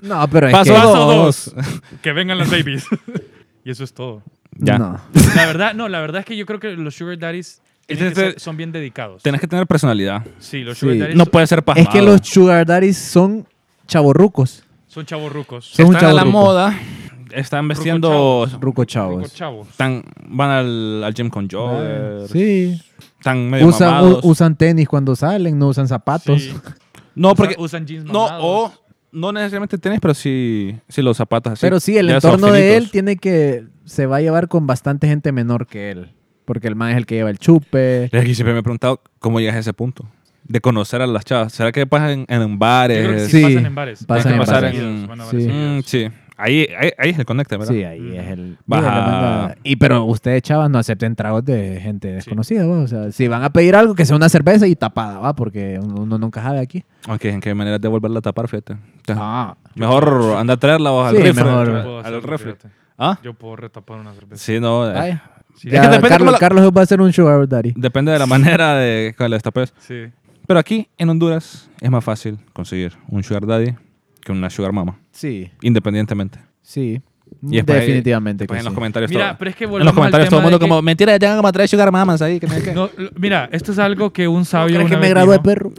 Speaker 5: No, pero es
Speaker 3: Paso,
Speaker 5: que...
Speaker 3: paso
Speaker 4: Dos.
Speaker 3: dos.
Speaker 4: Que vengan las babies. y eso es todo.
Speaker 3: Ya.
Speaker 5: No.
Speaker 4: La verdad, no, la verdad es que yo creo que los sugar daddies tienen que
Speaker 3: Entonces,
Speaker 4: ser- son bien dedicados.
Speaker 3: Tienes que tener personalidad.
Speaker 4: Sí, los
Speaker 5: Sí.
Speaker 4: sugar daddies
Speaker 3: No puede ser pasmado.
Speaker 5: Es que los sugar daddies son chavorrucos.
Speaker 4: son chavos rucos.
Speaker 5: Sí. son un
Speaker 3: están a la
Speaker 5: chavorruco.
Speaker 3: moda, están vestiendo,
Speaker 5: Ruco chavos.
Speaker 4: chavos.
Speaker 3: están, van al, al gym con joggers,
Speaker 5: Sí.
Speaker 3: están medio
Speaker 5: Usan, u-
Speaker 3: mamados.
Speaker 5: usan tenis cuando salen, no usan zapatos.
Speaker 4: Sí.
Speaker 3: no,
Speaker 4: Usan-
Speaker 3: porque
Speaker 4: usan jeans
Speaker 3: no
Speaker 4: mamados.
Speaker 3: o no necesariamente tenés, pero sí, sí los zapatos así.
Speaker 5: Pero sí, el
Speaker 3: ya esos
Speaker 5: entorno de
Speaker 3: finitos.
Speaker 5: él tiene que... Se va a llevar con bastante gente menor que él. Porque el man es el que lleva el chupe.
Speaker 3: Es que siempre me he preguntado cómo llegas a ese punto de conocer a las chavas. ¿Será que pasa en, en
Speaker 4: Yo creo que
Speaker 3: bares?
Speaker 4: sí,
Speaker 5: Sí,
Speaker 4: pasan en bares.
Speaker 5: pasan
Speaker 4: Van a
Speaker 5: en
Speaker 4: bares
Speaker 5: bares.
Speaker 4: seguidos, van a
Speaker 5: Sí.
Speaker 4: bares
Speaker 3: Mm,
Speaker 4: seguidos.
Speaker 3: sí. Ahí, ahí, ahí es el conecte, ¿verdad?
Speaker 5: Sí, ahí es el...
Speaker 3: Baja.
Speaker 5: Digo, le manda- Y pero ustedes, chavas, no acepten tragos de gente desconocida. ¿va? O sea, si van a pedir algo, que sea una cerveza y tapada, ¿va? Porque uno, uno nunca sabe aquí.
Speaker 3: Aunque en qué manera de volverla a tapar, fíjate. O sea,
Speaker 5: Ah.
Speaker 3: Mejor anda a traerla vos al
Speaker 5: Sí,
Speaker 3: refri.
Speaker 5: mejor.
Speaker 4: Yo puedo
Speaker 3: Al
Speaker 4: hacerlo,
Speaker 3: refri.
Speaker 4: fíjate.
Speaker 3: ¿Ah?
Speaker 4: Yo puedo retapar una cerveza.
Speaker 3: Sí, no. eh,
Speaker 5: Vaya.
Speaker 4: Sí.
Speaker 5: Ya,
Speaker 3: Es que depende
Speaker 5: Carlos,
Speaker 3: cómo la-
Speaker 5: Carlos va a ser un sugar daddy.
Speaker 3: Depende de la manera de que la destapes.
Speaker 4: Sí.
Speaker 3: Pero aquí, en Honduras, es más fácil conseguir un sugar daddy que una sugar mama.
Speaker 5: Sí,
Speaker 3: Independientemente.
Speaker 5: sí.
Speaker 3: Y después-
Speaker 5: Definitivamente
Speaker 3: después
Speaker 5: que
Speaker 3: en los
Speaker 5: sí.
Speaker 3: comentarios
Speaker 4: Mira,
Speaker 3: todo,
Speaker 4: pero es que
Speaker 3: en
Speaker 4: volvemos
Speaker 3: los
Speaker 4: al
Speaker 3: comentarios todo el
Speaker 4: tema
Speaker 3: mundo
Speaker 4: de que-
Speaker 3: como mentira ya te van a matar sugar mamas ahí que no sé qué".
Speaker 4: No, lo- mira, esto es algo que un sabio
Speaker 5: ¿Crees
Speaker 4: una
Speaker 5: que me
Speaker 4: vez
Speaker 5: gradué,
Speaker 4: dijo,
Speaker 5: perro?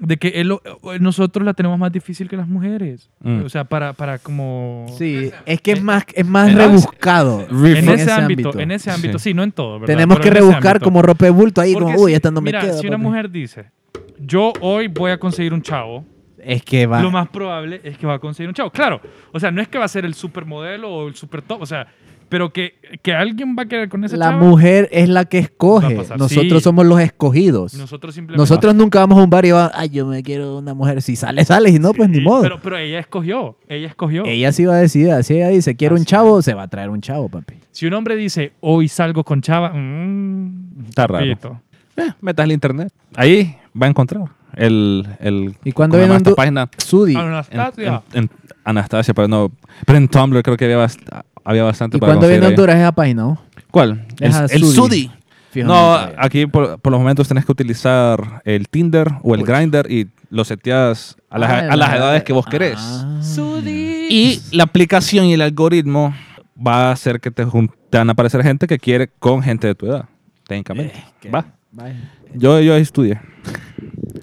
Speaker 4: de que él lo- nosotros la tenemos más difícil que las mujeres.
Speaker 3: Mm.
Speaker 4: O sea, para, para como...
Speaker 5: Sí, es que es más, es más
Speaker 4: En ese-
Speaker 5: rebuscado.
Speaker 3: Reflex.
Speaker 4: En ese ámbito, en ese ámbito,
Speaker 3: Sí.
Speaker 4: sí, no en todo. ¿verdad?
Speaker 5: Tenemos
Speaker 4: Pero
Speaker 5: que
Speaker 4: en ese
Speaker 5: rebuscar
Speaker 4: ámbito.
Speaker 5: como rope bulto ahí,
Speaker 4: Porque
Speaker 5: como, uy, esta no me
Speaker 4: mira,
Speaker 5: queda.
Speaker 4: Si una
Speaker 5: papi".
Speaker 4: mujer dice, yo hoy voy a conseguir un chavo,
Speaker 5: Es que va.
Speaker 4: lo más probable es que va a conseguir un chavo. Claro, o sea, no es que va a ser el supermodelo o el super top, o sea, pero que, que alguien va a querer con ese
Speaker 5: La
Speaker 4: chavo.
Speaker 5: mujer es la que
Speaker 4: Va a
Speaker 5: escoge.
Speaker 4: pasar.
Speaker 5: Nosotros
Speaker 4: Sí.
Speaker 5: somos los escogidos. Nosotros,
Speaker 4: Nosotros simplemente.
Speaker 5: nunca vamos a un bar y va, ay, yo me quiero una mujer. Si sale, sale. Si no, pues ni
Speaker 4: Sí,
Speaker 5: modo.
Speaker 4: Pero, pero ella escogió, ella escogió.
Speaker 5: Ella sí va a decidir. Si ella dice, quiero un
Speaker 4: Así
Speaker 5: chavo, se va a traer un chavo, papi.
Speaker 4: Si un hombre dice, hoy salgo con chava, mmm,
Speaker 3: Está raro. Eh, metas el internet. Ahí va a encontrar el... el
Speaker 5: ¿Y cuándo
Speaker 3: ¿cómo se
Speaker 5: viene
Speaker 3: llama
Speaker 5: un
Speaker 3: esta
Speaker 5: du-
Speaker 3: página?
Speaker 4: Ah,
Speaker 5: Sudi.
Speaker 3: En- en- en Anastasia, pero no. Pero en Tumblr creo que había, bast- había bastante
Speaker 5: ¿Y
Speaker 3: para
Speaker 5: cuándo viene
Speaker 3: conseguir
Speaker 5: Honduras esa página? no?
Speaker 3: ahí. ¿Cuál?
Speaker 5: Es a
Speaker 3: el el
Speaker 5: Sudi.
Speaker 3: Sudi.
Speaker 5: Fíjate.
Speaker 3: No, ah. aquí por, por los momentos tenés que utilizar el Tinder o el
Speaker 5: Uy.
Speaker 3: Grindr y lo seteas a las,
Speaker 5: Ah,
Speaker 3: a las edades que vos
Speaker 5: ah.
Speaker 3: querés. Y la aplicación y el algoritmo va a hacer que te, jun- te van a aparecer gente que quiere con gente de tu edad, técnicamente. Va.
Speaker 5: Eh, Vaya.
Speaker 3: Yo, yo estudié.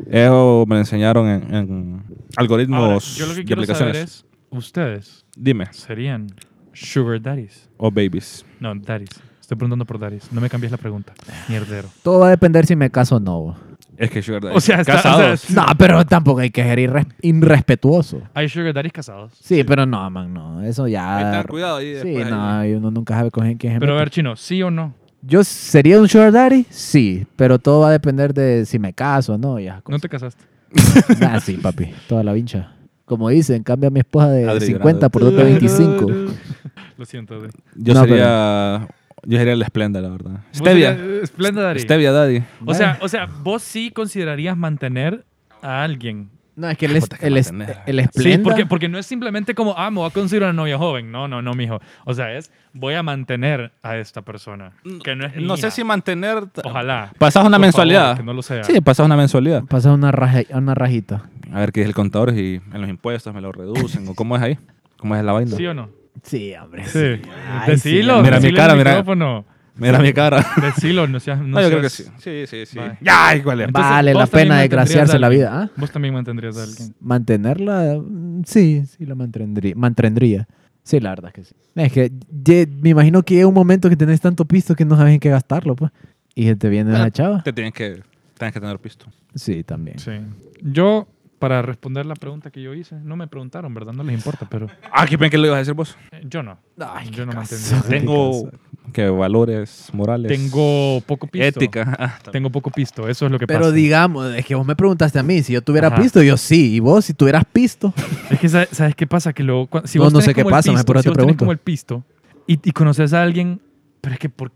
Speaker 3: Eso me lo enseñaron en, en algoritmos
Speaker 4: Ahora, yo lo que
Speaker 3: de
Speaker 4: quiero saber
Speaker 3: aplicaciones.
Speaker 4: es, ustedes
Speaker 3: Dime,
Speaker 4: serían sugar daddies.
Speaker 3: o babies.
Speaker 4: No, daddies. Estoy preguntando por daddies. No me cambies la pregunta. Mierdero.
Speaker 5: Todo va a depender si me caso o no.
Speaker 3: Es que sugar daddy.
Speaker 4: O sea, está- o sea,
Speaker 3: casados.
Speaker 5: No, pero tampoco hay que ser irres- irrespetuoso.
Speaker 4: Hay sugar daddies casados.
Speaker 5: Sí, pero no, man, no. Eso ya.
Speaker 3: Tengan cuidado ahí
Speaker 5: Sí,
Speaker 3: después ahí.
Speaker 5: no, y uno nunca sabe con quién es.
Speaker 4: Pero a ver, chino, ¿sí o no?
Speaker 5: Yo sería un sugar daddy, sí, pero todo va a depender de si me caso o no. y esas
Speaker 4: No
Speaker 5: cosas.
Speaker 4: te casaste.
Speaker 5: Ah, sí, papi, toda la vincha. Como dicen, cambia a mi esposa de
Speaker 3: Adri
Speaker 5: 50 por
Speaker 3: llorando.
Speaker 5: dos de 25.
Speaker 4: Lo siento. güey. ¿Vos
Speaker 3: Yo
Speaker 5: No,
Speaker 3: sería. Yo sería el Splenda, la verdad. Stevia.
Speaker 4: serías- Splenda daddy.
Speaker 3: Stevia Daddy.
Speaker 4: O sea, o sea, vos sí considerarías mantener a alguien.
Speaker 5: No, es que el, es-
Speaker 3: Puta, qué
Speaker 5: el, es-
Speaker 3: mantener.
Speaker 5: el
Speaker 4: Sí,
Speaker 5: esplenda.
Speaker 4: porque, porque no es simplemente como, ah, me voy a conseguir una novia joven. No, no, no, mijo. O sea, es, voy a mantener a esta persona. Que no es mi
Speaker 3: No sé
Speaker 4: hija.
Speaker 3: si mantener.
Speaker 4: Ojalá.
Speaker 3: Pasas una
Speaker 4: Por
Speaker 3: mensualidad.
Speaker 4: favor, que no lo sea.
Speaker 3: Sí, pasas una mensualidad.
Speaker 5: Pasa una, raja- una rajita.
Speaker 3: A ver qué es el contador y en los impuestos me lo reducen. ¿O cómo es ahí? ¿Cómo es la vaina?
Speaker 4: ¿Sí o no?
Speaker 5: Sí, hombre.
Speaker 4: Sí.
Speaker 5: Ay, sí.
Speaker 4: Decilo.
Speaker 3: Mira mi
Speaker 4: decilo en
Speaker 3: cara,
Speaker 4: el
Speaker 3: mira.
Speaker 4: micrófono.
Speaker 3: Mira mi cara.
Speaker 4: Decilo, no seas. No,
Speaker 3: No, yo creo que sí.
Speaker 4: seas-
Speaker 3: Sí, sí, sí.
Speaker 4: Bye.
Speaker 3: Ya, igual. es.
Speaker 5: Bye. Vale
Speaker 4: vos
Speaker 5: la
Speaker 4: también
Speaker 5: pena
Speaker 4: mantendrías
Speaker 5: desgraciarse
Speaker 4: a
Speaker 5: la
Speaker 4: alguien.
Speaker 5: vida, ¿ah?
Speaker 4: Vos también mantendrías a alguien.
Speaker 5: Mantenerla, mm, sí, sí la mantendría. mantendría. Sí, la verdad es que sí. Es que ye- me imagino que llega un momento que tenés tanto pisto que no sabes en qué gastarlo, pues. Y se te viene
Speaker 3: Ah,
Speaker 5: una chava.
Speaker 3: Te tienes que, tienes que tener pisto.
Speaker 5: Sí, también.
Speaker 4: Sí. Yo, para responder la pregunta que yo hice, no me preguntaron, ¿verdad? No les importa, pero
Speaker 3: Ah, ¿qué pen que lo ibas a decir vos?
Speaker 4: eh, yo no.
Speaker 5: Ay,
Speaker 4: yo no mantendría.
Speaker 5: caso.
Speaker 3: Tengo que valores morales.
Speaker 4: Tengo poco pisto.
Speaker 3: ética. Ah,
Speaker 4: Tengo poco pisto, eso es lo que
Speaker 5: Pero
Speaker 4: pasa.
Speaker 5: digamos, es que vos me preguntaste a mí si yo tuviera
Speaker 4: Ajá.
Speaker 5: pisto, yo sí. Y vos, si tuvieras pisto.
Speaker 4: Es que, sa- ¿sabes qué pasa? Que luego, cua- si
Speaker 5: No,
Speaker 4: vos
Speaker 5: no
Speaker 4: tenés
Speaker 5: sé qué
Speaker 4: como el
Speaker 5: pasa, me
Speaker 4: pisto-
Speaker 5: pero
Speaker 4: si
Speaker 5: te
Speaker 4: vos tenés
Speaker 5: pregunto.
Speaker 4: como el pisto y, y conoces a alguien, pero es que por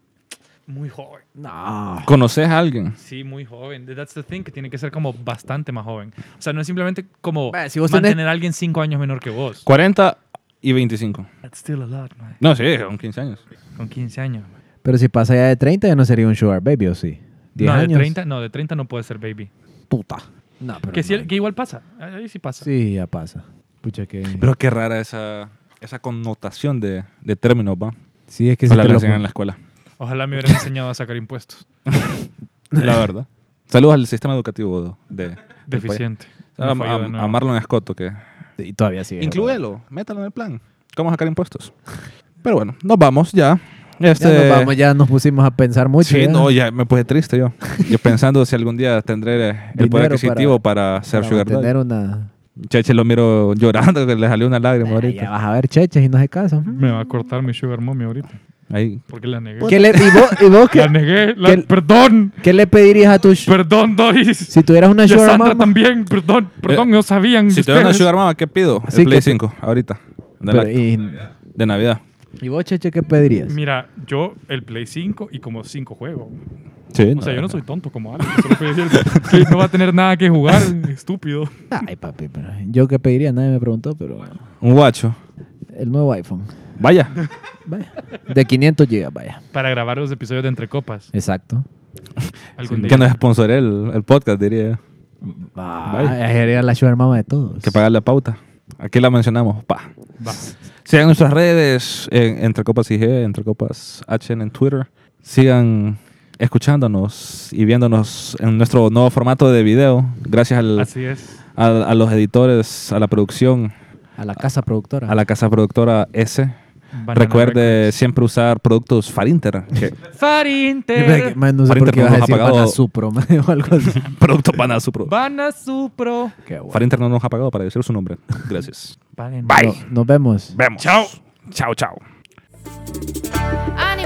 Speaker 4: muy joven.
Speaker 5: No.
Speaker 3: ¿Conoces a alguien?
Speaker 4: Sí, muy joven. That's the thing, que tiene que ser como bastante más joven. O sea, no es simplemente como
Speaker 5: Bueno, si vos tenés-
Speaker 4: mantener a alguien cinco años menor que vos.
Speaker 3: 40 y 25.
Speaker 4: That's still a lot, man.
Speaker 3: No, sí, son 15 años.
Speaker 4: Con 15 años. man.
Speaker 5: Pero si pasa ya de 30, ya no sería un sugar baby, ¿o sí? 10
Speaker 4: No,
Speaker 5: años.
Speaker 4: de 30, no, de 30 no puede ser baby.
Speaker 5: Puta. No, pero
Speaker 4: Que, sí-
Speaker 5: no.
Speaker 4: que igual pasa. Ahí sí pasa.
Speaker 5: Sí, ya pasa. Pucha que...
Speaker 3: Pero qué rara esa, esa connotación de, de términos, ¿va?
Speaker 5: sí, es que
Speaker 3: Que
Speaker 5: si
Speaker 3: se la
Speaker 5: te lo...
Speaker 3: hacen en la escuela.
Speaker 4: Ojalá me hubieran enseñado a sacar impuestos.
Speaker 3: La verdad. Saludos al sistema educativo de... del país.
Speaker 4: Deficiente.
Speaker 3: A,
Speaker 4: Me falló de
Speaker 3: a,
Speaker 4: nuevo.
Speaker 3: a Marlon Escoto que...
Speaker 5: Y todavía sigue.
Speaker 3: Inclúelo, métalo en el plan. ¿Cómo sacar impuestos? Pero bueno, nos vamos ya. Este,
Speaker 5: Ya nos vamos, ya nos pusimos a pensar mucho.
Speaker 3: Sí,
Speaker 5: ya.
Speaker 3: no, ya me puse triste yo. Yo pensando si algún día tendré eh, el poder
Speaker 5: Dinero
Speaker 3: adquisitivo para, ser
Speaker 5: Para
Speaker 3: sugar daddy.
Speaker 5: mantener una...
Speaker 3: Cheche lo miro llorando, que le salió una lágrima
Speaker 5: Ah,
Speaker 3: ahorita.
Speaker 5: Ya vas a ver cheches y no se casan.
Speaker 4: Me va a cortar mi sugar mommy ahorita.
Speaker 3: Ahí.
Speaker 4: Porque la negué.
Speaker 5: ¿Qué le... ¿Y vos, y vos Pues, qué?
Speaker 4: La negué. la-
Speaker 5: ¿Qué-
Speaker 4: Perdón.
Speaker 5: ¿Qué le pedirías a tu... sh-
Speaker 4: Perdón, Doris.
Speaker 5: Si tuvieras una
Speaker 4: Y a
Speaker 5: sugar
Speaker 4: Sandra
Speaker 5: mama...
Speaker 4: también. Perdón. Perdón, no sabían.
Speaker 3: Eh, Si te dan una
Speaker 4: ustedes.
Speaker 3: sugar mama, ¿qué pido?
Speaker 5: Sí,
Speaker 3: el Play
Speaker 5: que-
Speaker 3: 5, ahorita. De,
Speaker 5: Pero,
Speaker 3: la-
Speaker 5: y,
Speaker 3: de Navidad.
Speaker 5: ¿Y vos, cheche, qué pedirías?
Speaker 4: Mira, yo el Play 5 y como 5 juegos.
Speaker 3: Sí,
Speaker 4: O sea, yo no soy tonto como Alex. solo pedí el- que no va a tener nada que jugar, estúpido.
Speaker 5: Ay, papi, pero yo qué pediría, nadie me preguntó, pero
Speaker 3: Un guacho.
Speaker 5: el nuevo iPhone,
Speaker 3: Vaya.
Speaker 5: vaya. De 500 GB, vaya.
Speaker 4: Para grabar los episodios de Entre Copas.
Speaker 5: Exacto.
Speaker 4: Algún día.
Speaker 3: que nos sponsoré el, el podcast, diría yo.
Speaker 5: Ah, sería la sugar mama de todos.
Speaker 3: Que pagar la pauta. Aquí la mencionamos. Pa.
Speaker 4: Va.
Speaker 3: Sigan nuestras redes en- entre copas IG, entre copas HN en Twitter. Sigan escuchándonos y viéndonos en nuestro nuevo formato de video. Gracias al-
Speaker 4: Así es.
Speaker 3: al- a los editores, a la producción,
Speaker 5: A la casa productora.
Speaker 3: a la casa productora S.
Speaker 4: Banana
Speaker 3: Recuerde
Speaker 4: Records.
Speaker 3: siempre usar productos Farinter. que-
Speaker 5: Yo pensé
Speaker 4: Farinter.
Speaker 5: que- man, no sé
Speaker 3: Ahorita
Speaker 5: por qué
Speaker 3: no
Speaker 5: ibas
Speaker 3: nos
Speaker 5: a
Speaker 3: ha
Speaker 5: decir
Speaker 3: pagado-
Speaker 5: Banana Supro, man, o algo así.
Speaker 3: producto para su pro.
Speaker 4: Vana Supro.
Speaker 5: Qué bueno.
Speaker 3: Farinter no nos ha pagado para decir su nombre. Gracias.
Speaker 4: Paguen.
Speaker 5: No, nos vemos.
Speaker 3: Vemos. Chao. Chao, chao.
Speaker 2: Animal.